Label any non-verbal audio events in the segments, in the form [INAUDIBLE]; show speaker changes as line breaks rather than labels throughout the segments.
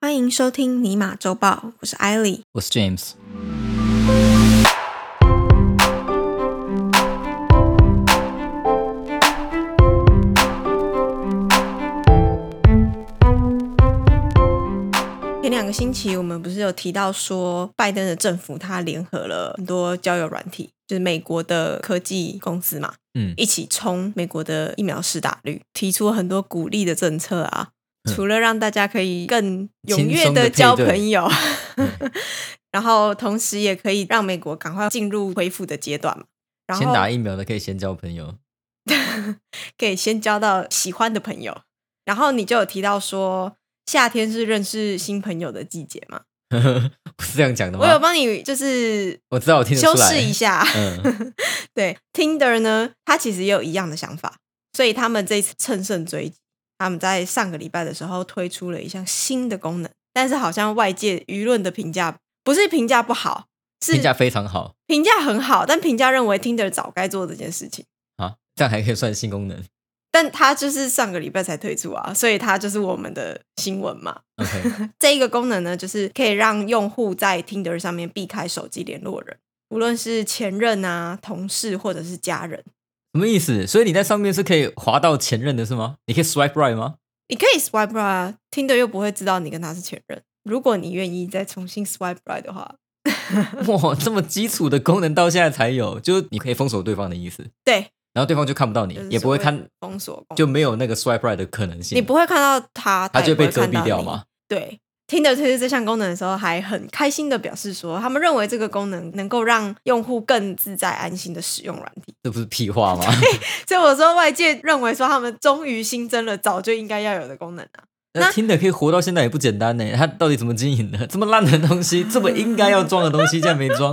欢迎收听尼玛周报，我是艾莉。
我是 James。
前两个星期我们不是有提到说，拜登的政府他联合了很多交友软体，就是美国的科技公司嘛，
嗯，
一起冲美国的疫苗施打率，提出了很多鼓励的政策啊。
嗯
除了让大家可以更踊
轻
跃
松地
地交
配对嗯
朋友， [LAUGHS] 然后同时也可以让美国赶快进入恢复的阶段嘛。然
先
后
打疫苗的可以先交朋友。
可以先交到喜欢的朋友。然后你就有提到说，夏天是认识新朋友的季节嘛？
是这样讲的吗
我？有帮你就是
我知道，我听得
修
出来。
饰一下。
嗯，
[LAUGHS] 对，Tinder 呢，它其实也有一样的想法，所以他们这一次乘胜追击，他们在上个礼拜的时候推出了一项新的功能，但是好像外界舆论的评价不是评价不好，是
评价非常好
评价很好，但评价认为 Tinder 早该做这件事情。
啊，这样还可以算新功能。
但它就是上个礼拜才推出啊，所以它就是我们的新闻嘛。 [LAUGHS]
OK，
这一个功能呢，就是可以让用户在 Tinder 上面避开手机联络人，无论是前任啊、同事或者是家人。
什么意思？所以你在上面是可以滑到前任的是吗？你可以 swipe right
[LAUGHS]
吗？
你可以 swipe right，啊 Tinder 又不会知道你跟他是前任。如果你愿意再重新 swipe right 的话，
哇，这么基础的功能到现在才有，就是你可以封锁对方的意思，
对，
然后对方就看不到你
就是，
也不会
所谓
看，
封锁功能，
就没有那个 swipe right 的可能性。
你不会看到他，
他就
也
会
不
被
会
遮
看到
蔽掉
你
吗？
对，Tinder 推出这项功能的时候，还很开心的表示说，他们认为这个功能能够让用户更自在、安心的使用软体。
这不是屁话吗？
所以我说，外界认为说他们终于新增了早就应该要有的功能啊。那
那听的可以活到现在也不简单呢。他到底怎么经营的？这么烂的东西，这么应该要装的东西，竟然没装。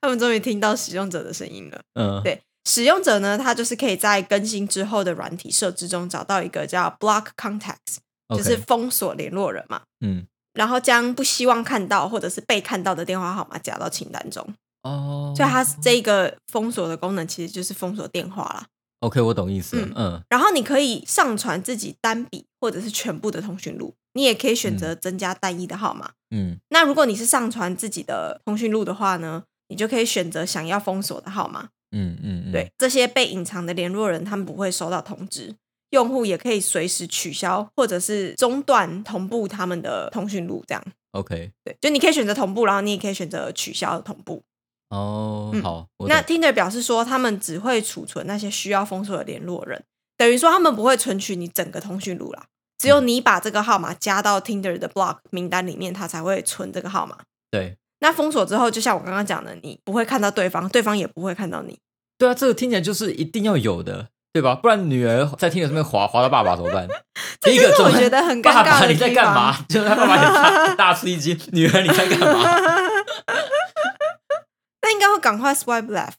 他们终于听到使用者的声音了。
嗯，
对使用者呢，他就是可以在更新之后的软体设置中找到一个叫 block contacts，就
OK，
是封锁联络人嘛。
嗯，
然后将不希望看到或者是被看到的电话号码加到清单中，
哦，
所以它这个封锁的功能其实就是封锁电话啦。
OK，我懂意思了。
嗯
嗯
然后你可以上传自己单笔或者是全部的通讯录，你也可以选择增加单一的号码。
嗯
那如果你是上传自己的通讯录的话呢，你就可以选择想要封锁的号码。
嗯嗯嗯，
对，，这些被隐藏的联络人，他们不会收到通知。用户也可以随时取消或者是中断同步他们的通讯录，这样
OK，
对，就你可以选择同步，然后你也可以选择取消同步。
哦，
嗯
好，我
那
懂
Tinder 表示说，他们只会储存那些需要封锁的联络人，等于说他们不会存取你整个通讯录啦。只有你把这个号码加到 Tinder 的 block 名单里面，它才会存这个号码。
对
那封锁之后，就像我刚刚讲的，你不会看到对方，对方也不会看到你。
对啊，这个听起来就是一定要有的，对吧？不然女儿在听的上面滑滑到爸爸怎么办？第一个
这是
怎
我
么办
觉得很尴
爸
尬
爸
的
你在
地
干
方。
嘛？就是他爸爸也 [LAUGHS] 大大吃一惊，女儿你在干嘛？
那应该会赶快 swipe left。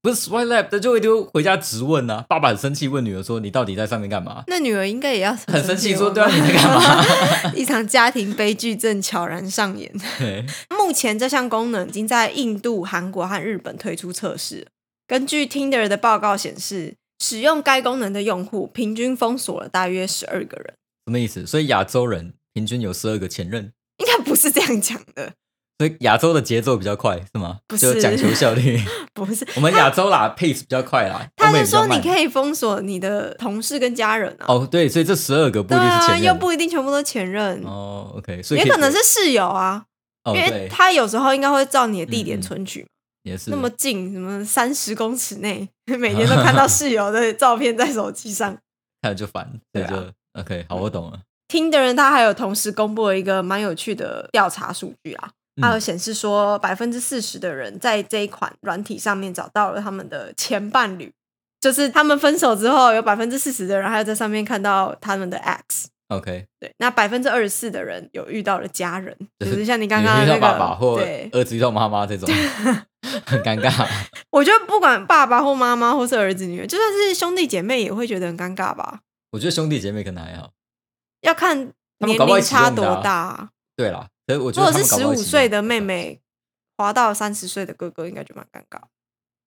不是 Swipe Lab 的就一丢回家质问啊，爸爸很生气问女儿说你到底在上面干嘛？ [LAUGHS]
那女儿应该也要
很生气说
吧
对啊你在干嘛？
[LAUGHS] 一场家庭悲剧正悄然上演。
对，
目前这项功能已经在印度、韩国和日本推出测试。根据 Tinder 的报告显示，使用该功能的用户平均封锁了大约十二个人，
什么意思？所以亚洲人平均有十二个前任，
应该不是这样讲的，
所以亚洲的节奏比较快是吗？
不
就是讲求
[LAUGHS]
效率。
不是。
我们亚洲啦，pace 比较快啦。
他
欧美
是
哦
说
比较
你
慢
可以封锁你的同事跟家人啊，
哦，对，所以这十二个不
对
一定是
啊，
前任，
又不一定全部都前任，
哦，OK，所以
也可能是室友啊，
哦，
因为
对，
他有时候应该会照你的地点
嗯嗯
存取嘛
也是
那么近，什么三十公尺内， [LAUGHS]
[LAUGHS]
每天都看到室友的照片在手机上。
看了就烦，
对
所
啊
以就 OK，好，我懂了，
听的人他还有同时公布了一个蛮有趣的调查数据啊，
嗯
它有显示说百分之四十的人在这一款软体上面找到了他们的前伴侣，就是他们分手之后，有百分之四十的人还有在上面看到他们的 ex。
OK，
对，那百分之二十四的人有遇到了家人，就
就是
是像你刚刚
你遇
那
到
个，
爸爸或
对，
儿子遇到妈妈这种， [LAUGHS] 很尴尬，
我觉得不管爸爸或妈妈或是儿子女儿，就算是兄弟姐妹也会觉得很尴尬吧。
我觉得兄弟姐妹可能还好，
要看
他们
年
搞不好
龄
一起
差
用
多
的啊
大啊、
对啦，可是我
如
觉
果
得他
是
们搞不
十
好
五
一起
岁
用
的妹，妹滑到三十岁的哥哥，应该就蛮尴尬。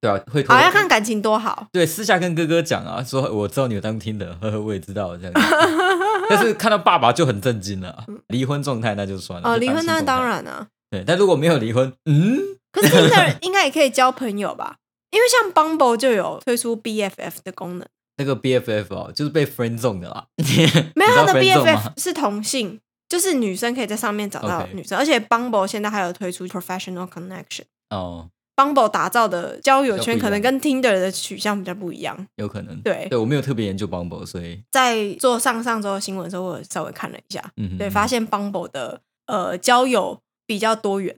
对啊，会
好、
偷
要看感情多好。
对私下跟哥哥讲啊，说我知道你有当听的，呵呵，我也知道这样子， [LAUGHS] 但是看到爸爸就很震惊了啊，离婚状态那就算
嗯
了。
哦，
就
离
单
婚
亲
那
状态
当然啊，
对，但如果没有离婚，嗯，
可是 Tinder 应该也可以交朋友吧？因为像 Bumble 就有推出 BFF 的功能，
那个 BFF 哦，就是被 friend zone 的啦。 [LAUGHS]
没有
你知道
它的
friend zone 吗
BFF 是同性，就是女生可以在上面找到
OK
女生而且 Bumble 现在还有推出 Professional Connection。
哦，
Bumble 打造的交友圈
比较
可
不
能
一样
跟 Tinder 的取向比较不一样。
有可能。
对
对我没有特别研究 Bumble，所以
在做上上周的新闻的时候，我有稍微看了一下，
嗯哼，
对，发现 Bumble 的呃交友比较多元，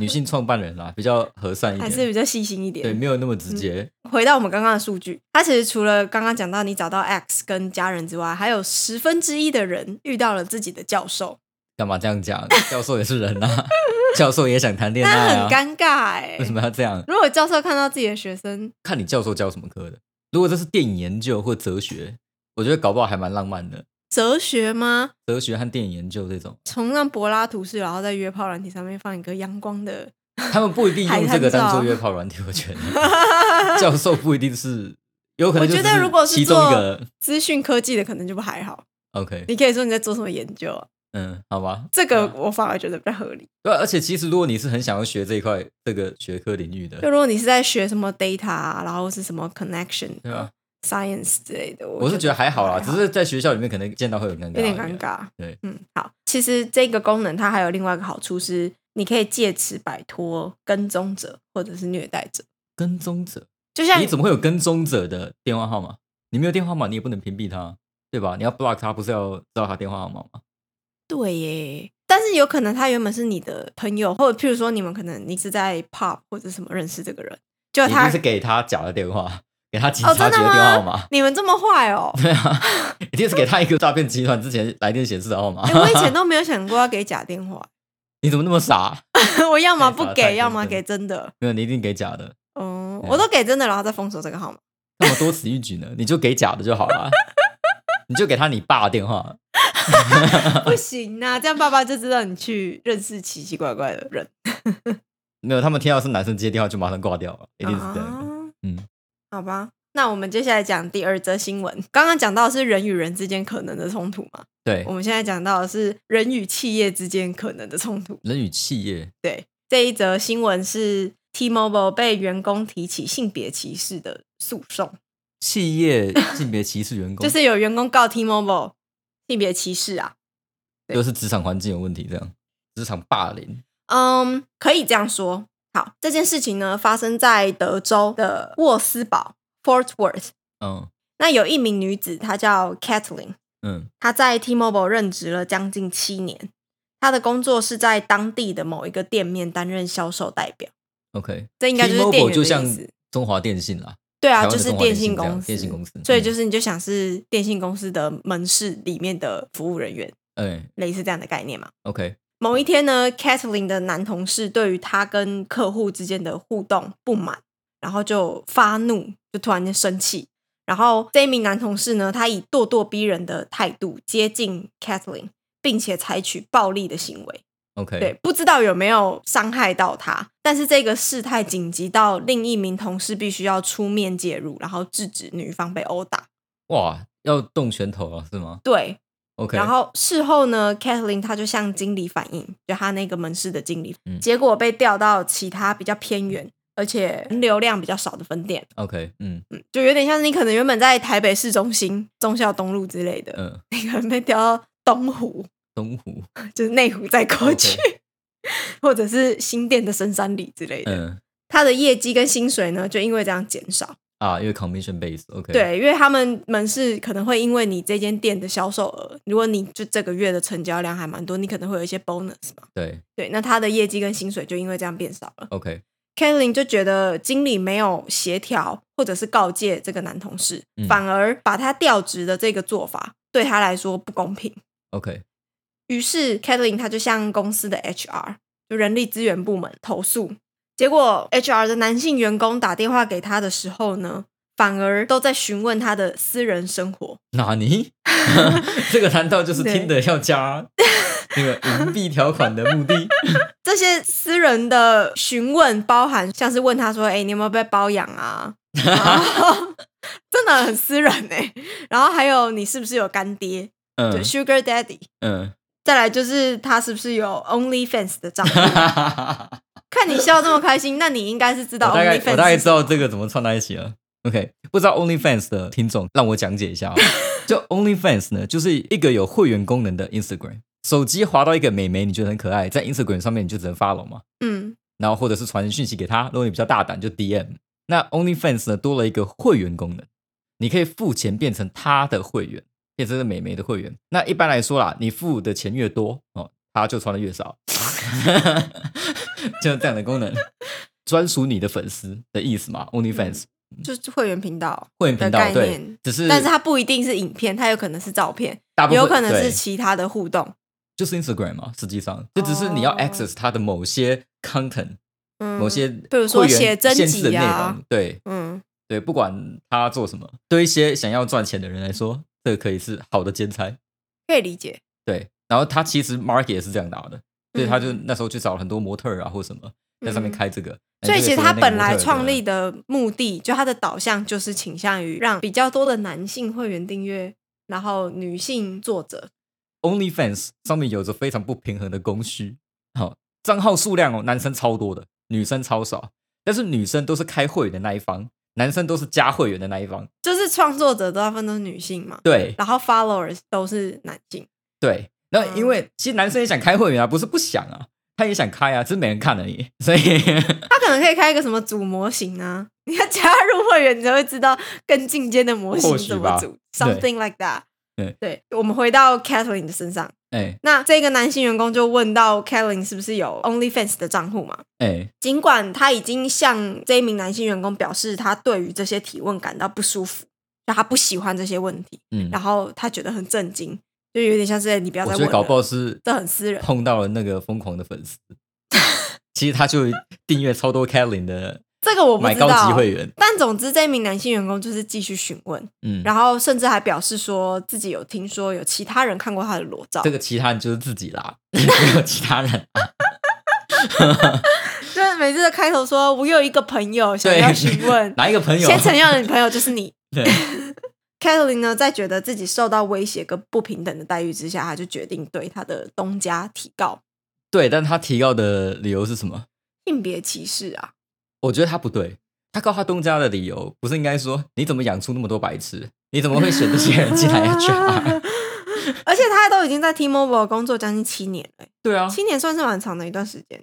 女性创办人啦，比较和善一
还是
点，
比较细心一点。嗯
对，没有那么直接。
回到我们刚刚的数据，它其实除了刚刚讲到你找到 X 跟家人之外，还有十分之一的人遇到了自己的教授，
干嘛这样讲？教授也是人啊， [LAUGHS] 教授也想谈恋
那
爱
很
啊，
尴尬哎、
为什么要这样？
如果教授看到自己的学生，
看你教授教什么科的。如果这是电影研究或哲学，我觉得搞不好还蛮浪漫的。
哲学吗？
哲学和电影研究
[LAUGHS]
这种，
崇尚柏拉图式，然后在约炮软体上面放一个阳光的，
他们不一定用这个当做约炮软体，我觉得
[LAUGHS]
教授不一定是，有可能就
我觉得如果是
其中一个
做资讯科技的，可能就不还好。
OK，
你可以说你在做什么研究、啊，
嗯，好吧。
这个我反而觉得比较合理。
对，啊而且其实如果你是很想要学这一块这个学科领域
就
的，
如果你是在学什么 data，、啊、然后是什么 connection、
对吧？
science 之类的，
我是觉得还好啦，只
是。
是在学校里面可能见到会有尴尬，啊
有点尴。尬。
对，
嗯，好。其实这个功能它还有另外一个好处是，你可以借此摆脱跟踪者或者是虐待者。
跟踪者，
就像
你怎么会有跟踪者的电话号码？你没有电话号码，你也不能屏蔽他，对吧？你要 block 他，不是要知道他电话号码吗？
对耶，但是有可能他原本是你的朋友，或者譬如说你们可能你是在 pub 或者什么认识这个人，就 [LAUGHS]
你一定
他
是给他假的电话， [LAUGHS] 给他警
哦，
察
真
局
的
电话号
吗
码？，
[LAUGHS] 你们这么坏
[LAUGHS]
哦！
对啊，一定是给他一个诈骗集团之前来电显示的号码
哎。我以前都没有想过要给假电话，
[LAUGHS]
[LAUGHS]
你怎么那么傻？
我要么
太
不
傻太
给，要
天
么
真
给真的。
没有，你一定给假的，
哦，
对啊
我都给真的，然后再封锁这个号码。
那么多此一举呢？你就给假的就好了， [LAUGHS] 你就给他你爸的电话。 [LAUGHS]
不行啊，这样爸爸就知道你去认识奇奇怪怪的人。
没有，他们听到是男生接电话就马上挂掉了，一定是这样的。
啊
嗯，
好吧，那我们接下来讲第二则新闻。刚刚讲到的是人与人之间可能的冲突嘛，
对
我，们现在讲到的是人与企业之间可能的冲突。
人与企业
对，这一则新闻是 T-Mobile 被员工提起性别歧视的诉讼，
哦企业性别歧视员工，
[LAUGHS] 就是有员工告 T-Mobile 性别歧视啊。对
又是职场环境有问题，这样职场霸凌。
嗯，可以这样说。好，这件事情呢发生在德州的沃斯堡 （Fort Worth）。
嗯
那有一名女子，她叫 Kathleen。
嗯
他在 T-Mobile 任职了将近七年，他的工作是在当地的某一个店面担任销售代表，
，OK，
这应该就是
T-Mobile
店员的
就像
意思。
中华电信啦，
对
台
啊，
湾的
就是
中华
电
电信这样
公司，
电信公司
所以
嗯
就是你就想是电信公司的门市里面的服务人员，
哎、
类似这样的概念嘛。
o k
某一天呢，Kathleen 的男同事对于他跟客户之间的互动不满，然后就发怒，就突然间生气。然后这一名男同事呢，他以咄咄逼人的态度接近 Kathleen，并且采取暴力的行为。
OK，
对，不知道有没有伤害到他，但是这个事态紧急到另一名同事必须要出面介入，然后制止女方被殴打。
哇，要动拳头了是吗
对，
？OK，
然后事后呢，Kathleen 她就向经理反映，就她那个门市的经理，
嗯
结果被调到其他比较偏远而且人流量比较少的分店，
OK，嗯
嗯，就有点像是你可能原本在台北市中心、忠孝东路之类的，
嗯，
你可能被调到东湖， [LAUGHS]
东湖，
就是内湖再过去
OK
[LAUGHS] 或者是新店的深山里之类的。
嗯
他的业绩跟薪水呢，就因为这样减少。
啊，因为 commission base，OK，、
对，因为他们门市可能会因为你这间店的销售额，如果你就这个月的成交量还蛮多，你可能会有一些 bonus 嘛。
对
对，那他的业绩跟薪水就因为这样变少了。
，OK，
k a t l i n 就觉得经理没有协调或者是告诫这个男同事，
嗯
反而把他调职的这个做法对他来说不公平。
OK，
于是 k a t l i n 他就向公司的 HR 就人力资源部门投诉，结果 HR 的男性员工打电话给他的时候呢，反而都在询问他的私人生活。[LAUGHS]
哪尼？这个难道就是
对
听的
[LAUGHS]
要加那个银币条款的目的？
这些私人的询问包含像是问他说：“哎、你有没有被包养啊？”
[LAUGHS]
欸然后真的很私人哎、然后还有你是不是有干爹？
嗯
对，Sugar Daddy。
嗯，
再来就是他是不是有 OnlyFans 的账号？ [LAUGHS] 看你笑这么开心，那你应该是知
我
道
大
OnlyFans
概
是什么。
我大概知道这个怎么串在一起了。OK，不知道 OnlyFans 的听众，让我讲解一
[LAUGHS]
下啊、就 OnlyFans 呢，就是一个有会员功能的 Instagram。手机滑到一个美眉，你觉得很可爱，在 Instagram 上面你就只能 follow 嘛，
嗯，
然后或者是传讯息给她。如果你比较大胆，就 DM。那 OnlyFans 呢，多了一个会员功能，你可以付钱变成她的会员，变成是美眉的会员。那一般来说啦，你付的钱越多哦，她就穿的越少， [LAUGHS] 就这样的功能，专属你的粉丝的意思嘛，OnlyFans。
就是会员频道，
会员频道
嗯的概
对
念，
只是
但是它不一定是影片，它有可能是照片，
大部
也
分
有可能是
对
其他的互动。
就是 Instagram 嘛，实际上这只是你
哦
要 access 它的某些 content，、
嗯，
某些
比如说
会员
写真
限制的
集
内
啊
容，对
嗯，
对，不管他做什么，对一些想要赚钱的人来说，这个可以是好的兼差，
可以理解。
对。然后他其实 market 也是这样打的，所以他就
嗯
那时候去找了很多模特儿啊或什么，在上面开这个。哎
所以
这个
其实
可
他
那个
本
模特
来
儿
创
的
立的目的，就他的导向就是倾向于让比较多的男性会员订阅，然后女性作者。
OnlyFans 上面有着非常不平衡的供需，好、账号数量哦，男生超多的，女生超少，但是女生都是开会员的那一方，男生都是加会员的那一方，
就是创作者大部分都是女性嘛，
对
然后 followers 都是男性，
对。那因
嗯
为其实男生也想开会员啊，不是不想啊，他也想开啊，只是没人看而已。所以 [LAUGHS]
他可能可以开一个什么组模型啊，你要加入会员，你才会知道更进阶的模型
或许
怎么
吧
组，something like that。
对
我们回到 Kathleen 的身上，
哎
那这个男性员工就问到 Kathleen 是不是有 OnlyFans 的账户嘛？
哎，
尽管他已经向这一名男性员工表示他对于这些提问感到不舒服，就他不喜欢这些问题，
嗯，
然后他觉得很震惊，就有点像是你不要
我
再
觉
问
得
了，
搞不好是
这很私人
碰到了那个疯狂的
[LAUGHS]
粉丝，其实他就订阅超多 Kathleen 的
这个我不
买
知
高级
道。
会员，
但总之，这名男性员工就是继续询问，
嗯，
然后甚至还表示说自己有听说有其他人看过他的裸照，
这个其他人就是自己啦，
[LAUGHS]
没有其他人。
就是每次的开头说我有一个朋友想
对，
要询问
[LAUGHS] 哪一个朋友？
先承认你朋友就是你，
对，
Kathleen 呢，在觉得自己受到威胁跟不平等的待遇之下，她就决定对她的东家提告
对，但他提到的理由是什么？
性别歧视啊。
我觉得他不对。他告他东家的理由，不是应该说你怎么养出那么多白痴？你怎么会选这些人 [LAUGHS]
[LAUGHS]
进来 HR？
而且她都已经在 T-Mobile 工作将近七年了、
对啊，
七年算是蛮长的一段时间。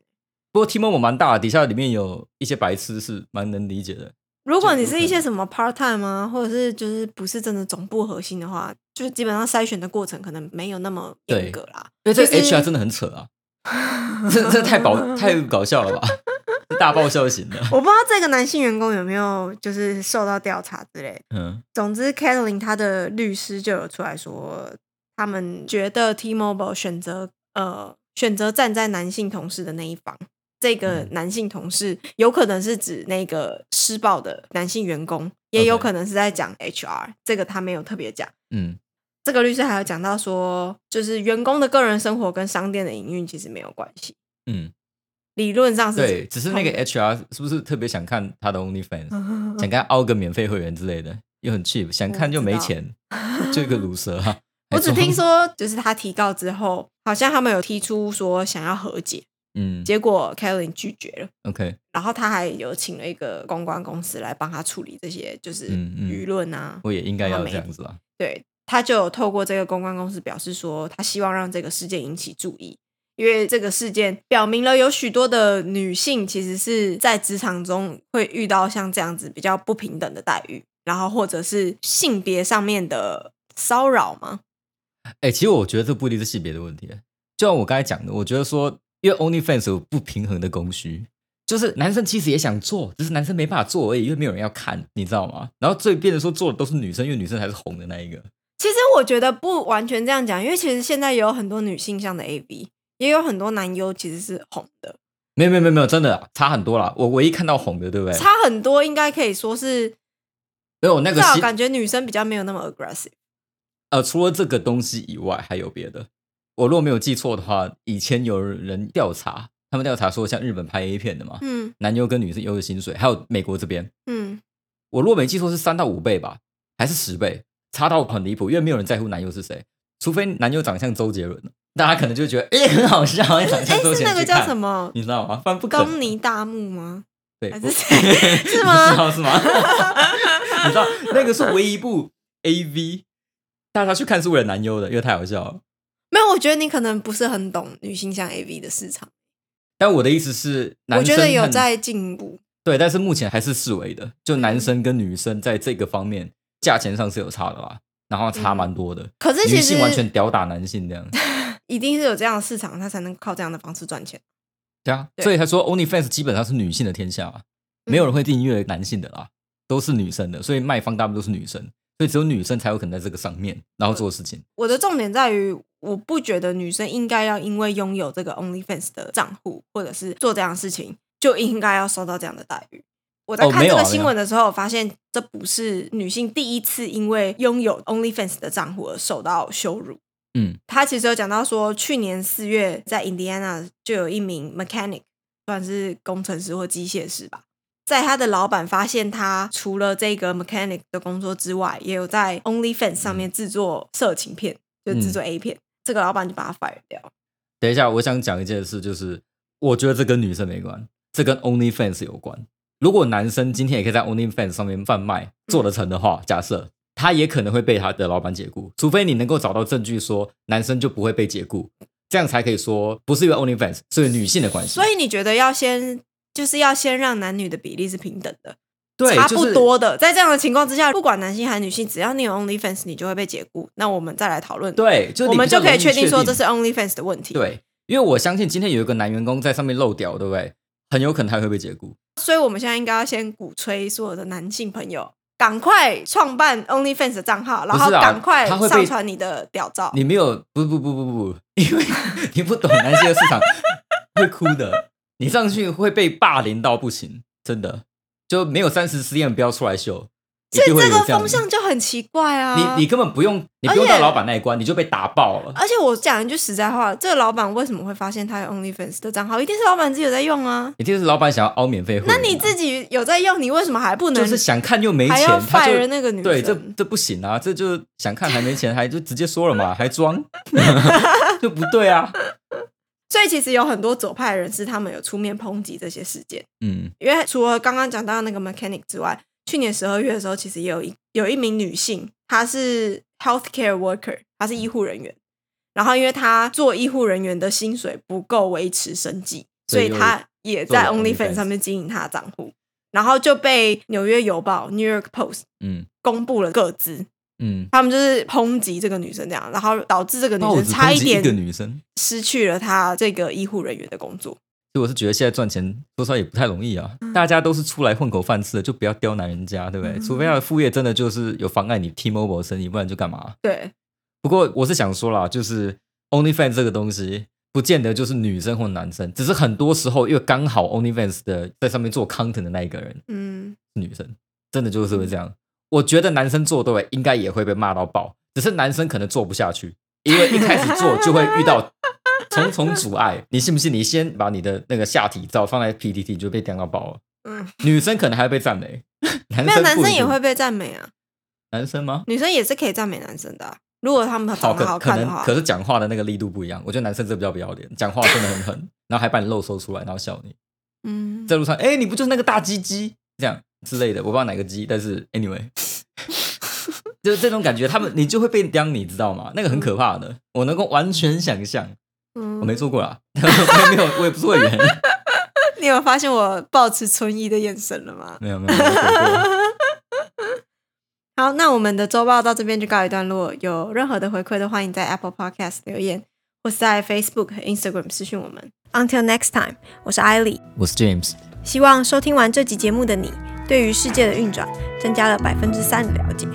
不过 T-Mobile 蛮大的，底下里面有一些白痴是蛮能理解的。
如果你是一些什么 part time 啊，或者是就是不是真的总部核心的话，就是基本上筛选的过程可能没有那么严格啦。
因为这
其实
HR 真的很扯
[LAUGHS]
啊，这这太搞太搞笑了吧？ [LAUGHS] 这大爆笑型的，
我不知道这个男性员工有没有就是受到调查之类的
嗯
总之 c a t h l e e n 她的律师就有出来说，他们觉得 T-Mobile 选择呃选择站在男性同事的那一方，这个
嗯
男性同事有可能是指那个施暴的男性员工，也有
OK
可能是在讲 HR，这个他没有特别讲。
嗯，
这个律师还有讲到说，就是员工的个人生活跟商店的营运其实没有关系，
嗯，
理论上是
对，只是那
同
个 HR 是不是特别想看他的 OnlyFans？
嗯
想跟他凹个免费会员之类的，又很 cheap，想看就没钱，就一个卤蛇啊！
[LAUGHS] 我只听
还说，
说，就是他提告之后，好像他们有提出说想要和解， [LAUGHS]
嗯
结果 k e l l y 拒绝了，
，OK，
然后他还有请了一个公关公司来帮他处理这些，就是
嗯嗯
舆论啊，
我也应该
他
要
没
这样子啊，
对，他就有透过这个公关公司表示说，他希望让这个事件引起注意，因为这个事件表明了有许多的女性其实是在职场中会遇到像这样子比较不平等的待遇，然后或者是性别上面的骚扰嘛，
哎、其实我觉得这不一定是性别的问题，就像我刚才讲的，我觉得说，因为 OnlyFans 有不平衡的供需，就是男生其实也想做，只是男生没办法做而已，因为没有人要看，你知道吗？然后最变得说做的都是女生，因为女生才是红的那一个，
其实我觉得不完全这样讲，因为其实现在也有很多女性向的 AV，也有很多男优其实是红的，
没有没有没有没有，真的啊差很多啦。我唯一看到红的，对不对？
差很多，应该可以说是
没有那
至
个
少
西
感觉女生比较没有那么 aggressive。
呃，除了这个东西以外，还有别的。我如果没有记错的话，以前有人调查，他们调查说，像日本拍 A 片的嘛，
嗯
男优跟女优的薪水，还有美国这边，
嗯，
我如果没记错是三到五倍吧，还是十倍，差到很离谱，因为没有人在乎男优是谁。除非男友长相周杰伦，大家可能就觉得哎、诶很好笑，哎长
哎、
相周
是
杰
那
伦
个
去
叫什
看，
么？
你知道吗？不然不可能
冈尼大木吗？
对，
还
不
是
[LAUGHS]
谁是
你知
吗？
道是吗？你知道那个是唯一一部 A V，大家去看是为了男优的，因为太好笑了。
没有，我觉得你可能不是很懂女性向 A V 的市场。
但我的意思是，
我
男生
觉得有
和
在嗯进步，
对，但是目前还是视为的，就男生跟女生在这个方面价钱上是有差的啦，然后差蛮多的，
可是嗯
女
其实
性完全吊打男性这样，
一定是有这样的市场，他才能靠这样的方式赚钱。
对啊，
对嗯
所以他说 OnlyFans 基本上是女性的天下啊，没有人会订阅男性的啦，都是女生的，所以卖方大部分都是女生，所以只有女生才有可能在这个上面然后做事情。
我的重点在于，我不觉得女生应该要因为拥有这个 OnlyFans 的账户，或者是做这样的事情，就应该要受到这样的待遇。我在
哦
看
没
这
有
个
啊
新闻的时候，我发现这不是女性第一次因为拥有 OnlyFans 的账户而受到羞辱。
嗯，
他其实有讲到说，去年四月在印第安纳就有一名 mechanic，算是工程师或机械师吧，在他的老板发现他除了这个 mechanic 的工作之外，也有在 OnlyFans 上
嗯
面制作色情片，就制作 A 片。这个老板就把他 fire 掉。
等一下，我想讲一件事，就是我觉得这跟女生没关，这跟 OnlyFans 有关。如果男生今天也可以在 OnlyFans 上面贩
嗯
卖做得成的话，假设他也可能会被他的老板解雇，除非你能够找到证据说男生就不会被解雇，这样才可以说不是因为 OnlyFans，是因为女性的关系。
所以你觉得要先，就是要先让男女的比例是平等的，
对，
差
就
不
是
多的。在这样的情况之下，不管男性还是女性，只要你有 OnlyFans，你就会被解雇。那我们再来讨论，
对，就你
我们
比较
就可
容
以
易
确
确
定说这是 OnlyFans 的问题。。
对，因为我相信今天有一个男员工在上面漏屌，对不对？很有可能他会被解雇。
所以我们现在应该要先鼓吹所有的男性朋友，赶快创办 OnlyFans 的账号，然后
不是啊
赶快
他会被
上传你的屌照。
你没有不不不不不，因
[LAUGHS]
为你不懂男性的市场会哭的，你上去会被霸凌到不行，真的就没有三十 cm 不要出来秀，
所以
一定会有
这个
样
风
的
向就很奇怪啊！
你你根本不用你不
而
用
且啊
到老板那一关，你就被打爆了。
而且我讲一句实在话，这个老板为什么会发现他有 OnlyFans 的账号？一定是老板自己有在用啊。
一定是老板想要凹免费会员
那
啊，
你自己有在用，你为什么还不能？
就是想看又没
还要
钱，他
fire
就
那个女
对这
生
这不行啊，这就想看还没钱，还就直接说了嘛，还
[LAUGHS]
装， [LAUGHS] 就不对啊。
所以其实有很多左派人士他们有出面抨击这些事件。
嗯，
因为除了刚刚讲到那个 mechanic 之外，去年十二月的时候，其实也有一有一名女性，她是 healthcare worker，她是医护人员。然后因为她做医护人员的薪水不够维持生计，所
所
以
以就
她也在
做了
OnlyFans
OnlyFans
上面经营她的账户，然后就被《纽约邮报》（New York Post）
嗯
公布了各资，
嗯，
他们就是抨击这个女生这样，然后导致这个女
报
生
纸
差
抨
一
击一个
点
女生，
失去了她这个医护人员的工作。
所以我是觉得现在赚钱多少也不太容易啊，大家都是出来混口饭吃的，就不要刁难人家，对不对？
嗯
除非他的副业真的就是有妨碍你 T-Mobile 的生意，不然就干嘛？
对，
不过我是想说啦，就是 OnlyFans 这个东西，不见得就是女生或男生，只是很多时候因为刚好 OnlyFans 的在上面做 content 的那一个人
嗯，
是女生，真的就是会这样。我觉得男生做对应该也会被骂到爆，只是男生可能做不下去，因为一开始做就会遇到重重阻碍。你信不信？你先把你的那个下体照放在 PPT 就被电到爆了。
嗯，
女生可能还会被赞美， [LAUGHS] 男
没有
生
男
不一
生也
定
会被赞美啊。
男生吗？
女生也是可以赞美男生的啊、如果他们长得
可
好
可
看的
能
话
可。是讲话的那个力度不一样，我觉得男生真的比较不要脸，讲话真的很狠，然后还把你肉搜出来，然后笑你，
嗯，
在路上，哎、你不就是那个大鸡鸡这样之类的，我不知道哪个鸡，但是 anyway，就是这种感觉，他 [LAUGHS] 们你就会被刁，你知道吗？那个很可怕的，我能够完全想象，我
我
没。做过啦，我 [LAUGHS] 也没有，我也不是会员，
[LAUGHS] 你有发现我保持存疑的眼神了吗？
没有没有没有做过，
好，那我们的周报到这边就告一段落。有任何的回馈都欢迎在 Apple Podcast 留言，或是在 Facebook 和 Instagram 私讯我们。Until next time，我是艾莉。
[LAUGHS] 我是 James，
希望收听完这集节目的你，对于世界的运转增加了百分之三的了解。